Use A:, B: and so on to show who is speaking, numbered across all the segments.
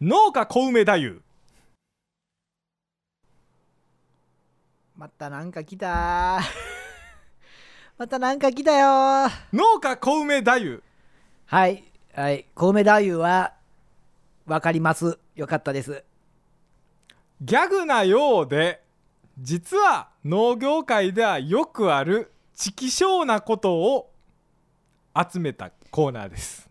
A: 農家小梅太夫
B: またなんか来た またなんか来たよー
A: 農家小梅太夫
B: はいはい小梅太夫はわかりますよかったです
A: ギャグなようで実は農業界ではよくあるちきしょうなことを集めたコーナーです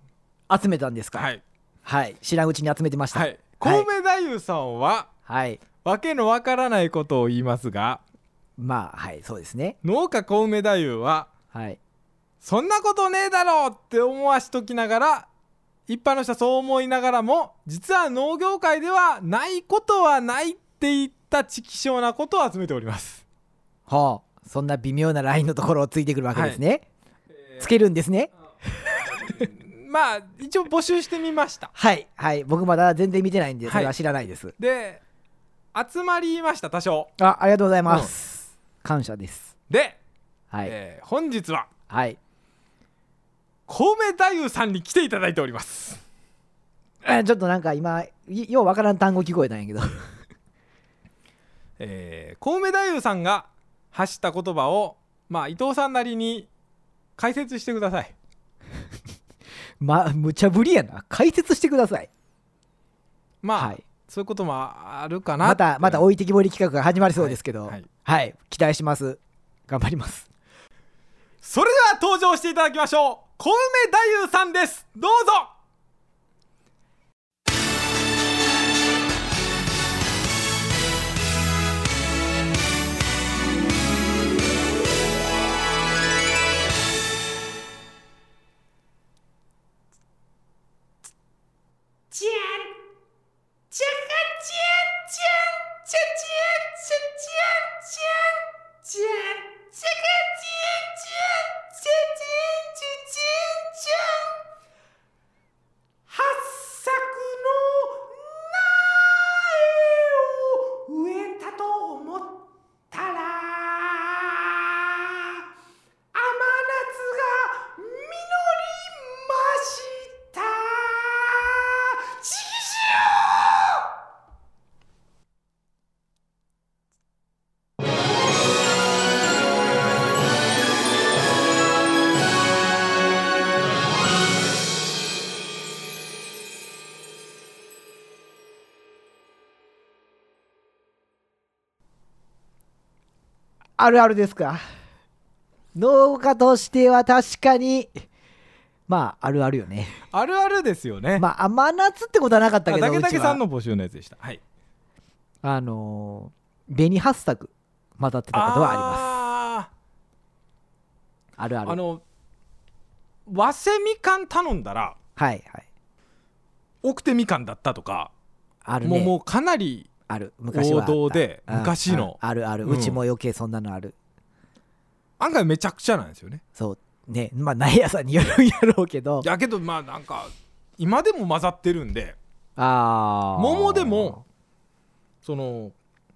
B: 集めたんですか、
A: はいい
B: はい、知らんうちに集めてました
A: はい小梅太夫さんは
B: はい
A: わけのわからないことを言いますが
B: まあはいそうですね
A: 農家小梅太夫は
B: はい
A: そんなことねえだろうって思わしときながら一般の人はそう思いながらも実は農業界ではないことはないっていったちきしょうなことを集めております
B: はあそんな微妙なラインのところをついてくるわけですね、
A: えー
B: つけるんですね
A: まあ一応募集してみました
B: はいはい僕まだ全然見てないんで
A: はい
B: それは知らないです、
A: で集まりました多少
B: あありがとうございます、感謝です
A: で、
B: はい、
A: えー本日は
B: はい
A: 小梅太夫さんに来ていただいております
B: えちょっとなんか今いようわからん単語聞こえたんやけど
A: えー、小梅太夫さんが発した言葉をまあ伊藤さんなりに解説してください
B: ま無茶ぶりやな解説してください
A: まあ、
B: はい
A: そういうこともあるかな
B: またまた
A: い
B: 置いてきぼり企画が始まりそうですけど
A: は
B: はいい、
A: はい
B: 期待します頑張ります
A: それでは登場していただきましょう小梅太夫さんですどうぞ
C: チェンチャカチェンチェンチャチェンチャチェンチェンチェンチャカチェンチェンチャチェンチャチェンチェン八作の苗を植えたと思ったら甘夏が実りましたちぎしよう
B: あるあるですか農家としては確かにまああるあるよ ね
A: あるあるですよね、
B: まあ甘夏ってことはなかった
A: あ
B: けど
A: だけだけさん
B: うち
A: の
B: は
A: 募集のやつでしたはい
B: あのー紅八作混ざってたことはあります
A: あ
B: あるあ
A: あ
B: る
A: あの早生みかん頼んだら
B: はいはい
A: 奥手みかんだったとか、
B: ある
A: もう
B: ね
A: もうかなり
B: ある昔はあった
A: 王道で
B: うん
A: 昔の
B: あるある
A: うん
B: うちも余計そんなのある、
A: 案外めちゃくちゃなんですよね
B: そうねまあ苗屋さんによるん やろうけど
A: だけどまあなんか今でも混ざってるんで
B: あー
A: 桃でもその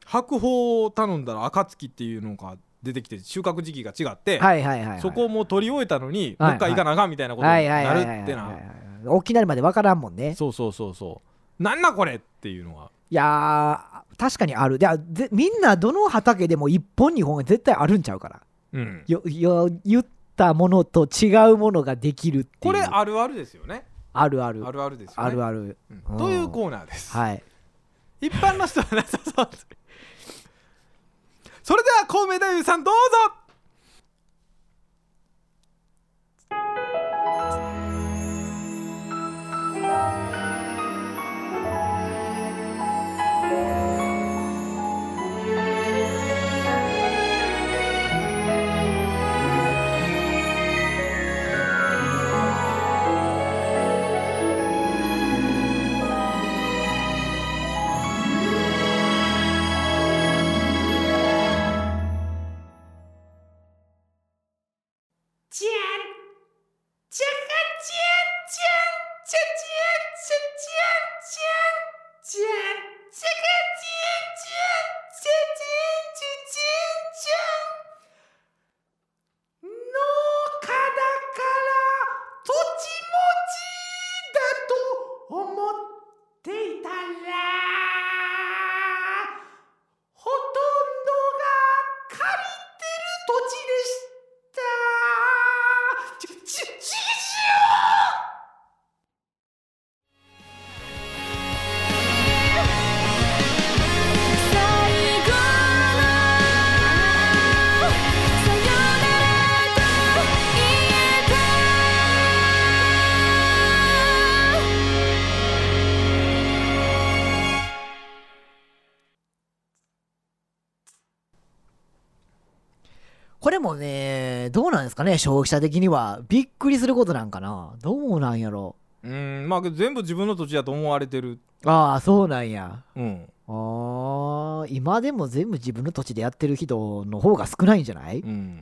A: 白鵬を頼んだら暁っていうのが出てきて収穫時期が違って、
B: はいはいはい、はい、
A: そこをもう取り終えたのに、
B: はい
A: もう一回行かなあかんみたいなことに
B: はいはい
A: な
B: はい
A: るって
B: はい
A: な
B: はいはい沖縄まで分からんもんね
A: そうそうそうそうなんだこれっていうのはい
B: やー確かにあるでぜみんなどの畑でも1本2本が絶対あるんちゃうから
A: うん
B: よよ言ったものと違うものができるっていう
A: これあるあるですよね
B: あるある
A: あるあるですよね
B: あるある
A: うん
B: うん
A: というコーナーです、
B: はい
A: 一般の人はなさそうそれでは孔明太夫さんどうぞ
B: これもね、どうなんですかね、消費者的には。びっくりすることなんかな。どうなんやろ。
A: うんまあけど全部自分の土地だと思われてる
B: ああ、そうなんや。
A: うん、
B: ああ、今でも全部自分の土地でやってる人の方が少ないんじゃない
A: うん、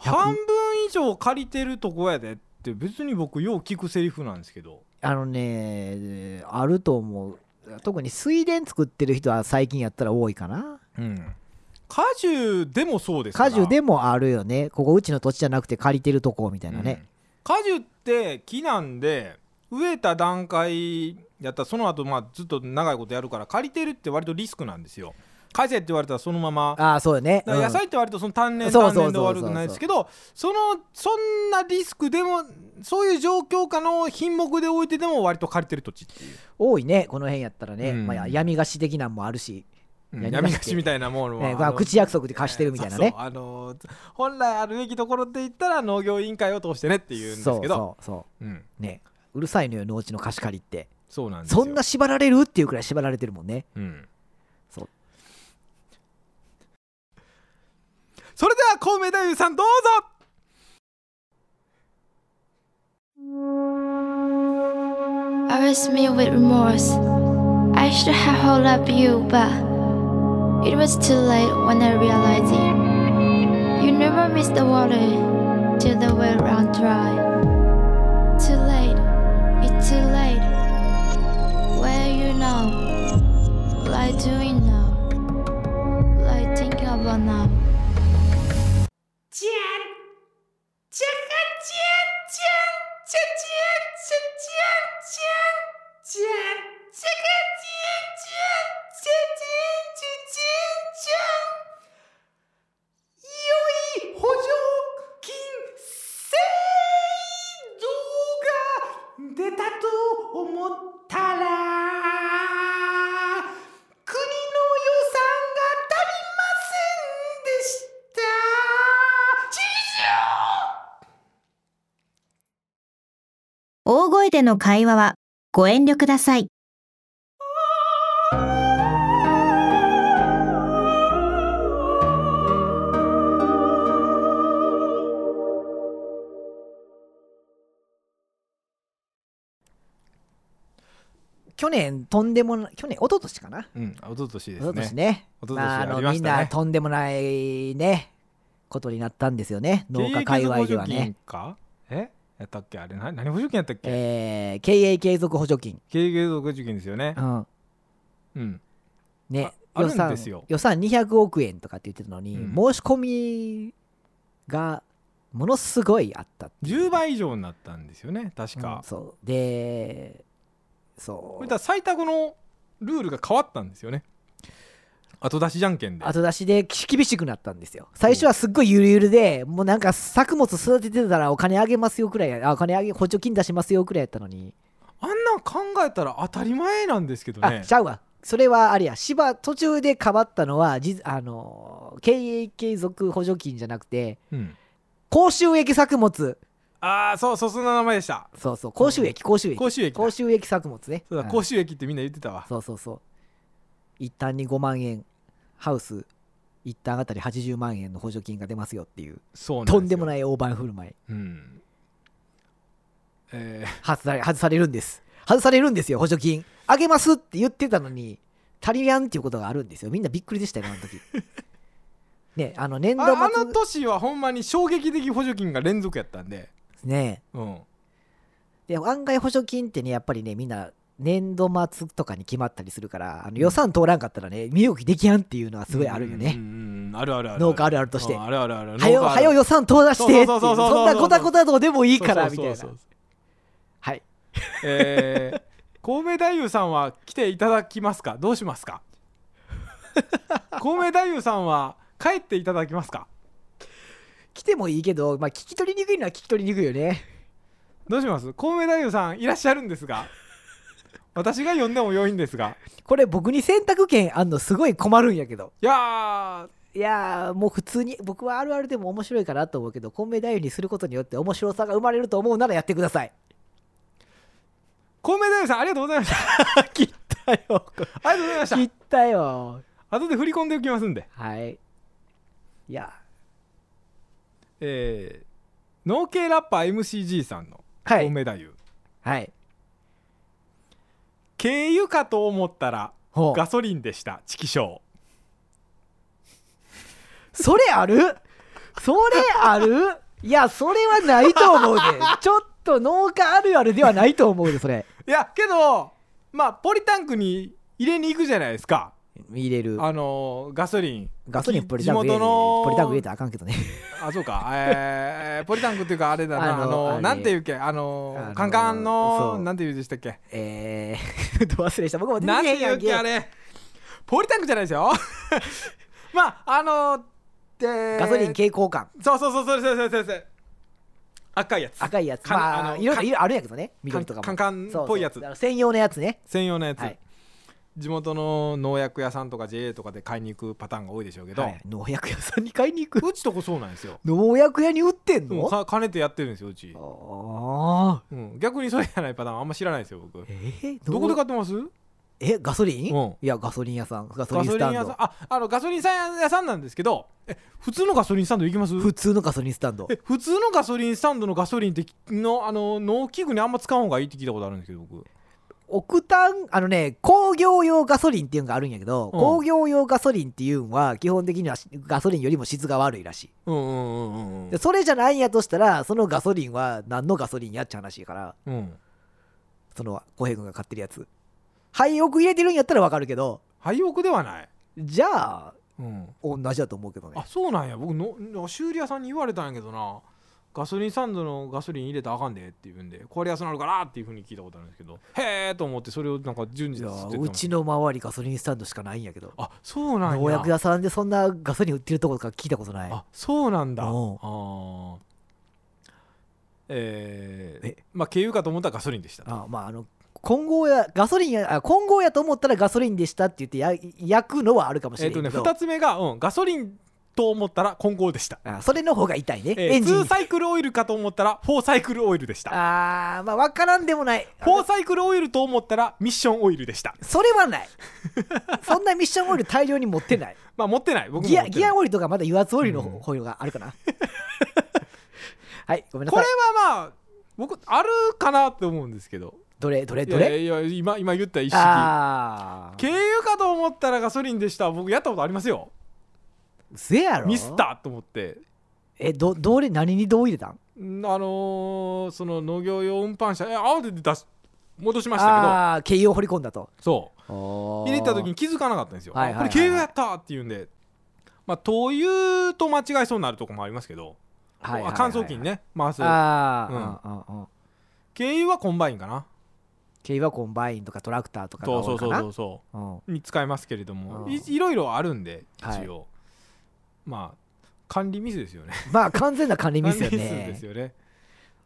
B: 100
A: 半分以上借りてるとこやでって別に僕よう聞くセリフなんですけど
B: あのね、あると思う。特に水田作ってる人は最近やったら多いかな。
A: うん果樹でもそうですから
B: 果樹でもあるよね。ここうちの土地じゃなくて借りてるとこみたいなね。
A: うん、果樹って木なんで植えた段階やったらその後まあずっと長いことやるから借りてるって割とリスクなんですよ返せって言われたらそのまま
B: ああ、そうよね。
A: だから野
B: うん
A: 菜って割とその単年
B: そう
A: 単
B: そうそ
A: 年
B: う
A: で悪くないですけどそのそんなリスクでもそういう状況下の品目で置いてでも割と借りてる土地っていう
B: 多いねこの辺やったらね、
A: うん
B: まあ、闇貸し的なんもあるし、
A: うん
B: やりまして
A: 闇貸しみたいなものは、
B: えーまあ、
A: の
B: 口約束で貸してるみたいな
A: そう
B: ね
A: そうあのー本来あるべきところで言ったら農業委員会を通してねっていうんですけど
B: そうそうそ
A: うん、
B: うねうるさいのよ農地の貸し借りって
A: そうなんですよ
B: そんな、縛られるっていうくらい縛られてるもんね
A: うん、
B: そう
A: それでは孔明太夫さんどうぞ
D: arrests me with remorse. I should have held up you, but it was too late when I realized it. You never miss the water till the well run dry. Too late, it's too late. Where you now? What I doing now? What I thinking about now?
C: 尖，这个尖尖这尖这尖尖尖，这个尖尖这尖这尖尖，有意補助金制度が出たと思ったら国の予算が足りませんでした地上
E: 大声での会話はご遠慮ください。
B: 去年とんでもな去年一昨年かな
A: うん、あ一昨年で
B: 一
A: す
B: 昨
A: ね。
B: 年ね
A: 一昨年
B: まあ、あ
A: あ
B: の
A: りま
B: み
A: し
B: ん
A: たね
B: なとんでもないねことになったんですよね農家界隈では
A: 経営継続補助金
B: ね
A: か。え、やったっけ、あれ、な、何補助金やったっけ。
B: えー経営継続補助金、
A: 経営継続補助金ですよね
B: う。ん
A: うん、
B: ね、
A: あ
B: 予
A: ある
B: 算
A: んですよ
B: 予算200億円とかって言ってたのに、
A: うん
B: 申し込みがものすごいあったっていう
A: 10倍以上になったんですよね、確
B: うん
A: か。
B: そうでそ
A: これ
B: う
A: だから採択のルールが変わったんですよね。後出しじゃんけんで。
B: 後出しでき厳しくなったんですよ最初はすっごいゆるゆるでもうなんか作物育ててたらお金あげますよくらいやあお金あげ補助金出しますよくらいやったのに、
A: あんなん考えたら当たり前なんですけど
B: あ
A: ね
B: ち。ゃうわそれはあれや芝途中で変わったのはじあの経営継続補助金じゃなくて
A: うん、
B: 高収益作物
A: ああ、そうそう、そんな名前でした。
B: そうそう高収益高収益
A: 高収益だ。
B: 高収益作物ね
A: そうだ、
B: ん
A: 高収益ってみんな言ってたわ。
B: そうそうそう一旦に5万円ハウス一旦あたり80万円の補助金が出ますよっていう
A: そうなんですよ
B: とんでもない大盤振る舞い
A: うん。えー
B: 外され外されるんです外されるんですよ補助金あげますって言ってたのに足りやんっていうことがあるんですよみんなびっくりでしたよあの 時ねあの年度
A: あ
B: 末
A: あの年はほんまに衝撃的補助金が連続やったんで、
B: ね
A: うん、
B: で案外補助金ってねやっぱりねみんな年度末とかに決まったりするからあの予算通らんかったらね身動きできやんっていうのはすごいあるよね、
A: うんうんうんあるあるある
B: 農家あるあるとして
A: うんあるあるある
B: はよ、
A: 農家あ
B: は
A: る
B: よ予算通らしてっていう
A: そ
B: そう
A: そうそうそうそうん
B: なごたごたどうでもいいから、
A: そ
B: み
A: う
B: た
A: そそ
B: いうな
A: うそう。
B: はい。
A: え ー、孔明太夫さんは来ていただきますかどうし ますか孔明太夫さんは帰っていただきますか
B: 来てもいいけど、まあ、聞き取りにくいのは聞き取りにくいよね。
A: どうします孔明太夫さんいらっしゃるんですが私が呼んでも良いんですが
B: これ僕に選択権あんのすごい困るんやけど。
A: いやー
B: いやー、もう普通に、僕はあるあるでも面白いかなと思うけど、コンメ太夫にすることによって面白さが生まれると思うならやってください。
A: 孔明太夫さんありがとうございました
B: 切った
A: あ
B: よ。
A: りがとうございました
B: 切ったよ。
A: 後で振り込んでおきますんで
B: はい。いや、
A: えー、農系ラッパー MCG さんの
B: は
A: 青
B: い。
A: 梅太夫、
B: はい。
A: 軽油かと思ったら
B: ほう
A: ガソリンでしたチキショー
B: それあるそれあるいや、それはないと思 うで。ちょっと農家あるあるではないと思うで、それ。
A: いやけどまあポリタンクに入れに行くじゃないですか
B: 入れる。
A: あのーガソリン
B: ガソリン
A: き
B: ポリタンク
A: 地
B: 入れ
A: 元の
B: ポリタンク入れたらあかんけどね。
A: あそうかえー、ポリタンクっていうかあれだなあ
B: あの
A: のー
B: あれ
A: なんていうっけあのー
B: あのー
A: カンカン
B: そ
A: の
B: う
A: なんていうでしたっけ
B: えー、 ど忘れした。僕も出て
A: なん
B: け
A: て
B: へん
A: い
B: や
A: うんっけあ
B: け。
A: れポリタンクじゃないですよ まああのー、で
B: ガソリン蛍光感。
A: そうそうそうそうそうそうそうそう赤いやつ
B: 赤いやつ。
A: かん
B: ま
A: あ
B: あ、
A: の
B: いろい
A: かん
B: ろいろあるんやけどね。緑とかも。
A: カンカンっぽいやつ
B: そうそうだから専用のやつね。
A: 専用のやつ、
B: はい
A: 地元の農薬屋さんとか JA とかで買いに行くパターンが多いでしょうけど、
B: はい農薬屋さんに買いに行く。
A: うちとこそうなんですよ
B: 農薬屋に売ってん
A: もう
B: の
A: か
B: あ
A: 金てやってるんですようち、
B: あー。
A: うん、逆にそれじゃないパターンあんま知らないですよ僕
B: えー、
A: どこで買ってます
B: えガソリン、
A: うん
B: いやガソリン屋さんガソ
A: ガ
B: リン
A: ソ
B: ス
A: リ
B: タ
A: ン
B: ン
A: 屋
B: ド
A: さんああのガソリンさん屋さんなんですけどえ普通のガソリンスタンド行きます
B: 普通のガソリンスタンド
A: え普通のガソリンスタンドのガソリンってのあの農機具にあんま使う方がいいって聞いたことあるんですけど僕
B: オクタンあのね工業用ガソリンっていうのがあるんやけど、
A: うん
B: 工業用ガソリンっていうのは基本的にはしガソリンよりも質が悪いらしい、
A: うんうんうんうん
B: でそれじゃないんやとしたらそのガソリンは何のガソリンやっちゃ話やから
A: うんうん
B: その浩平君が買ってるやつ廃屋入れてるんやったらわかるけど
A: 廃屋ではない、
B: じゃあ
A: うん、
B: 同じだと思うけどね
A: あそうなんや僕のの修理屋さんに言われたんやけどなガソリンスタンドのガソリン入れたらあかんでって言うんで壊れやすなるからっていうふうに聞いたことあるんですけどへえと思ってそれをなんか順
B: い
A: 次
B: や
A: ずっと言ってた
B: うちの周りガソリンスタンドしかないんやけど
A: あそうなんや
B: 農薬屋さんでそんなガソリン売ってるとことか聞いたことない
A: あそうなんだあ
B: おう
A: ーえー
B: え
A: まあ経由かと思ったらガソリンでした
B: あまああの混合やガソリンやあ混合やと思ったらガソリンでしたって言ってや焼くのはあるかもし
A: え
B: れ
A: っ、
B: ない
A: と
B: けど、
A: ね2つ目が、うん、ガソリンと思ったら混合でした、
B: あそれの方が痛いね、
A: えー、
B: エンジン
A: 2サイクルオイルかと思ったら4サイクルオイルでした
B: あーまあ分からんでもないあ
A: 4サイクルオイルと思ったらミッションオイルでした
B: それはないそんなミッションオイル大量に持ってない
A: まあ持ってない僕も持って
B: ギ
A: な
B: ア
A: い
B: ギアオイルとかまだ油圧オイルの
A: うん
B: 方があるかな、はいごめんな
A: こ
B: さ
A: れ
B: い
A: はまあ僕あるかなって思うんですけど
B: どれどれどれ
A: いやいや今今言った一式
B: ああ
A: 軽油かと思ったらガソリンでした僕やったことありますよ
B: せやろ
A: ミスったと思って
B: えどどれ何にどう入れたん
A: んあのーその農業用運搬車え慌てて出し戻しました
B: ああー軽油を掘り込んだと
A: けどそう入
B: 入
A: れた時に気づかなかったんですよ、
B: はいはいはい
A: あこれ軽油やったって言うんでまあ灯油と間違えそうになるとこもありますけど、
B: はいはいはい
A: あ乾燥機にね回す軽
B: ああ、うんうんうん、
A: 油はコンバインかな
B: 軽はコンバインとかトラクターとかが
A: そうそ
B: 多
A: う
B: いか
A: そう
B: な
A: そうそう
B: うん
A: に使えますけれども
B: うん
A: いいろいろあるんで
B: はい
A: 一応、まあ管理ミスですよね
B: まあ完全な管理 ミスよ
A: 管理ミス
B: ね
A: ですよね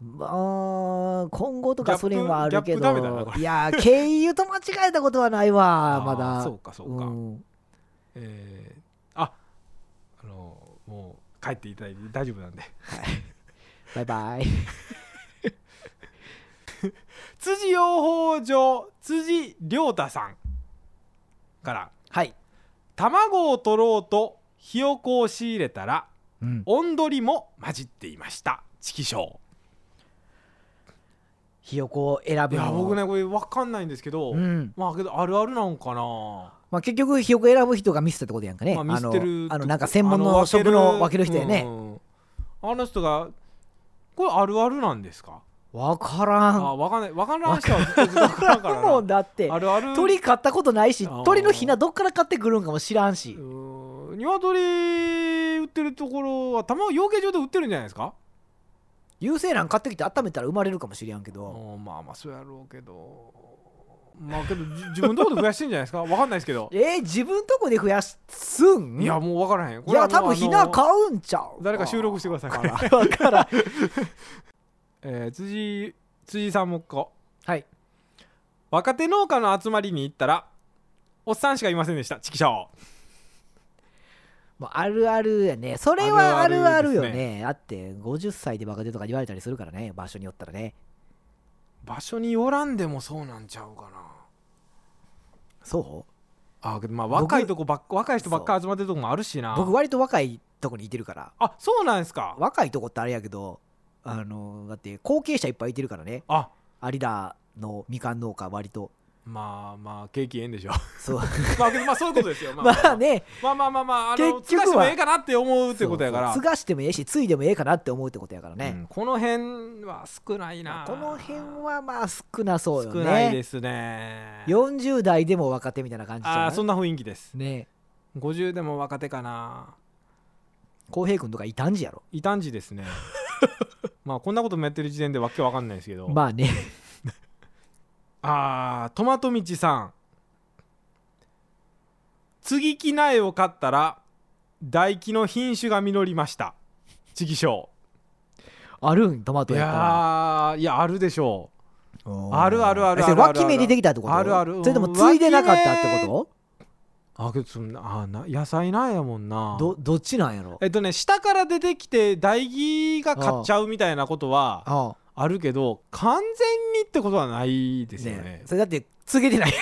B: まあ今後とかそれはあるけ
A: ギャップギャップダメだな
B: ど
A: こ
B: いやー軽油と間違えたことはないわ
A: ー
B: まだ
A: そうかそうか、
B: ん
A: えーああのもう帰っていただいて大丈夫なんで
B: バイバイ
A: 辻養蜂場辻亮太さんから
B: はい、
A: 卵を取ろうとひよこを仕入れたら
B: うん、
A: おんどりも混じっていましたチキショー
B: ひよこを選ぶ
A: い
B: の
A: や僕ねこれ分かんないんですけど、
B: うん
A: まあけどあるあるなんかな
B: まあ、結局ひよこ選ぶ人がミスったってことやんかね、
A: まあ、見捨てる
B: あのあの
A: と
B: なんか専門の職の分ける人や
A: あの分
B: ね、
A: けるうんあの人がこれあるあるなんですか
B: わから
A: あ
B: ん
A: 分かんない分からん人はずっとずっと分からんから
B: もう
A: な
B: だって
A: あるある
B: 鳥買ったことないし
A: あー
B: 鳥のひなどっから買ってくるんかも知らんし
A: うーん鶏売ってるところは卵養鶏場で売ってるんじゃないですか
B: 有精卵買ってきて温めたら生まれるかもしれんけど
A: うんまあまあそうやろうけどまあけどじ自分のとこで増やしてんじゃないですか分かんないですけど
B: えー、自分とこで増やすん
A: いやもう分からへん
B: いや多分ひな買
A: か
B: うんちゃう
A: 誰か収録してくださいこ れ
B: から分からん
A: えー辻辻さんもこ
B: はい
A: 若手農家の集まりに行ったらおっさんしかいませんでしたチキショー
B: もうあるあるやねそれはあ
A: ある
B: る
A: あ
B: あ
A: るで
B: る
A: す
B: よ
A: ね
B: ねあって50歳で若手とか言われたりするからね場所によったらね
A: 場所によらんでもそうなんちゃうかな
B: そ
A: あまあ若いとこばっ若い人ばっか集まってるとこもあるしな
B: 僕割と若いとこにいてるから
A: あそうなんですか
B: 若いとこってあれやけどあのだって後継者いっぱいいてるからね
A: あ
B: 有田のみかん農家割と
A: まあまあ景気ええんでしょ
B: そう
A: まあけどまあそういうことですよまあまあ、
B: まあね
A: まあまあまあまああの
B: 結局は
A: 使してもええかなって思うってことやから
B: そう継がしてもええし継いでもええかなって思うってことやからね、
A: うんこの辺は少ないな
B: この辺はまあ少なそうよね
A: 少ないですね
B: 40代でも若手みたいな感じじゃない
A: ああそんな雰囲気です
B: ね
A: 50でも若手かな
B: 浩平君とか異端児やろ
A: 異端児 ですねまあこんなこともやってる時点でわけわかんないですけど、
B: まあね
A: あートマト道さん継ぎ木苗を買ったら大木の品種が実りました地木賞
B: あるんトマ
A: い
B: トやから
A: やーいやあるでしょ
B: うん
A: あるあるあるある
B: えそれ脇芽でできたってこと
A: あるある
B: それでも継いでなかったってこ
A: うあけどそんなあーな野菜なんやもんな
B: とどどっちなんやろ
A: えっとね下から出てきて大木が買っちゃうみたいなことは
B: あ
A: あるけど完全にってことはないですよね
B: ねそれだって継げてない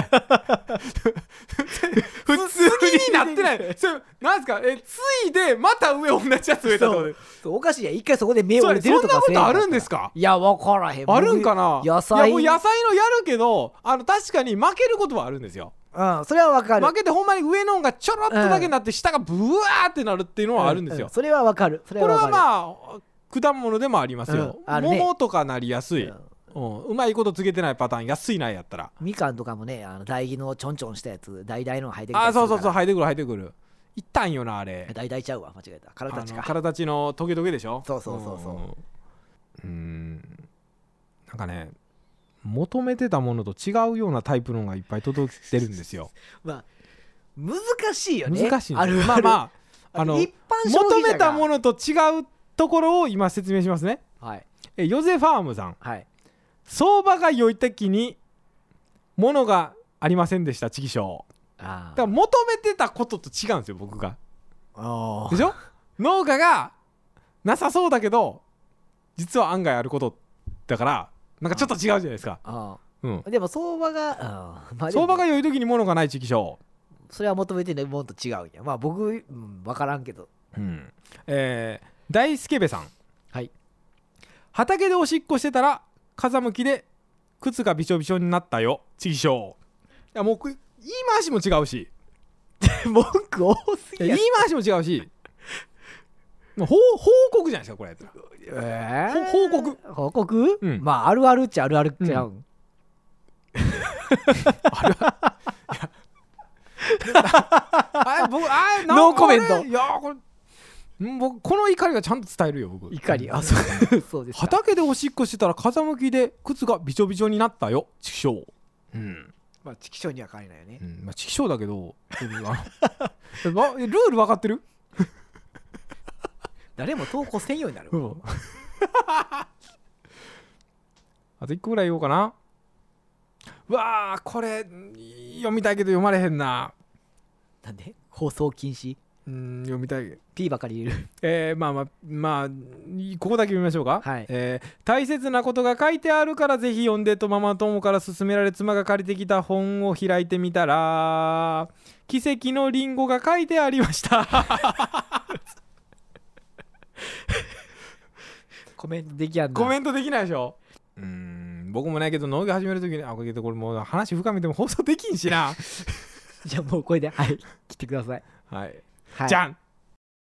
A: 普通になってないそれなんですかえついでまた上同じやつ植えたってことです
B: そうおかしいや一回そこで芽
A: それ
B: 折れてるとか
A: そんなことあるん
B: せえ
A: で
B: へ
A: すか
B: いや分からへん
A: あるんかな
B: 野菜
A: いやもう野菜のやるけどあの確かに負けることはあるんですよ
B: うんそれは分かる
A: 負けてほんまに上の方がちょろっとだけになって下がブワーってなるっていうのはあるんです
B: う
A: よ
B: うそれは分かるそれ
A: これは
B: はまあ
A: まあ果物でもありますよ、
B: うんあるね
A: 桃とかなりやすい、
B: う
A: うんんうまいことつけてないパターン安いないやったら
B: みかんとかもねあの大木のちょんちょんしたやつ大々の生えてきた
A: あ
B: や
A: あ
B: つ
A: そうそうそう
B: だか
A: 生えてくる生えてくるいったんよなあれ
B: ら大々ちゃうわ間違えた体たち
A: あの
B: か
A: 体ちのトゲトゲでしょ
B: そうそうそうそう
A: うーんなんかね求めてたものと違うようなタイプのがいっぱい届いてるんですよ
B: まあ難しいよね
A: 難しいんですよ
B: ある
A: まあまああの
B: 一般消
A: 求
B: 費者が
A: めたものと違うところを今説明しますね
B: はい
A: えヨゼファームさん
B: はい
A: 相場が良い時に物がありませんでした地気象だ
B: あ
A: か
B: ー
A: ら求めてたことと違うんですよ僕が
B: あ
A: で
B: ー
A: しょ農家がなさそうだけど実は案外あることだからなんかちょっと違うじゃないですか、
B: あ
A: うん、
B: ーでも相場が、うんまあ、
A: 相場が
B: でも
A: 良い時に物がない地域商、
B: それは求めてないもんと違うんやまあ僕、うん、分からんけど
A: うんえー大輔部さん
B: はい
A: 畑でおしっこしてたら風向きで靴がびしょびしょになったよ地域商いやもうこれ言い回しも違うし
B: 文句多す
A: いや言い回しも違うしもう報報告じゃないですかこれやったら
B: えー
A: ほ報告
B: 報告、
A: うん
B: まああるあるっちゃあるあるっちゃうん、
A: あ僕あなんか
B: ノーコメント
A: これいやこれん僕この怒りがちゃんと伝えるよ僕
B: 怒りあそうそう ですか
A: 畑でおしっこしてたら風向きで靴がびちょびちょになったよ畜生うん、
B: まあチキショには変えないよね
A: うん、まあ畜生だけど あのえルール分かってる、
B: 誰も投稿せんようになる、
A: あと1個ぐらい言おうかなうわあこれ読みたいけど読まれへんな
B: なんで放送禁止
A: うん読みたい
B: P ばかり入れる
A: えー、まあまあまあここだけ見ましょうか、
B: はい
A: えー大切なことが書いてあるからぜひ読んでとママ友から勧められ妻が借りてきた本を開いてみたら奇跡のリンゴが書いてありました
B: コメントできやんな
A: コメントできないでしょうーん僕もないけど農業始める時にあこれこれもう話深めても放送できんしな
B: じゃあもうこれではい切ってください、
A: はい、
B: はい、
A: じゃん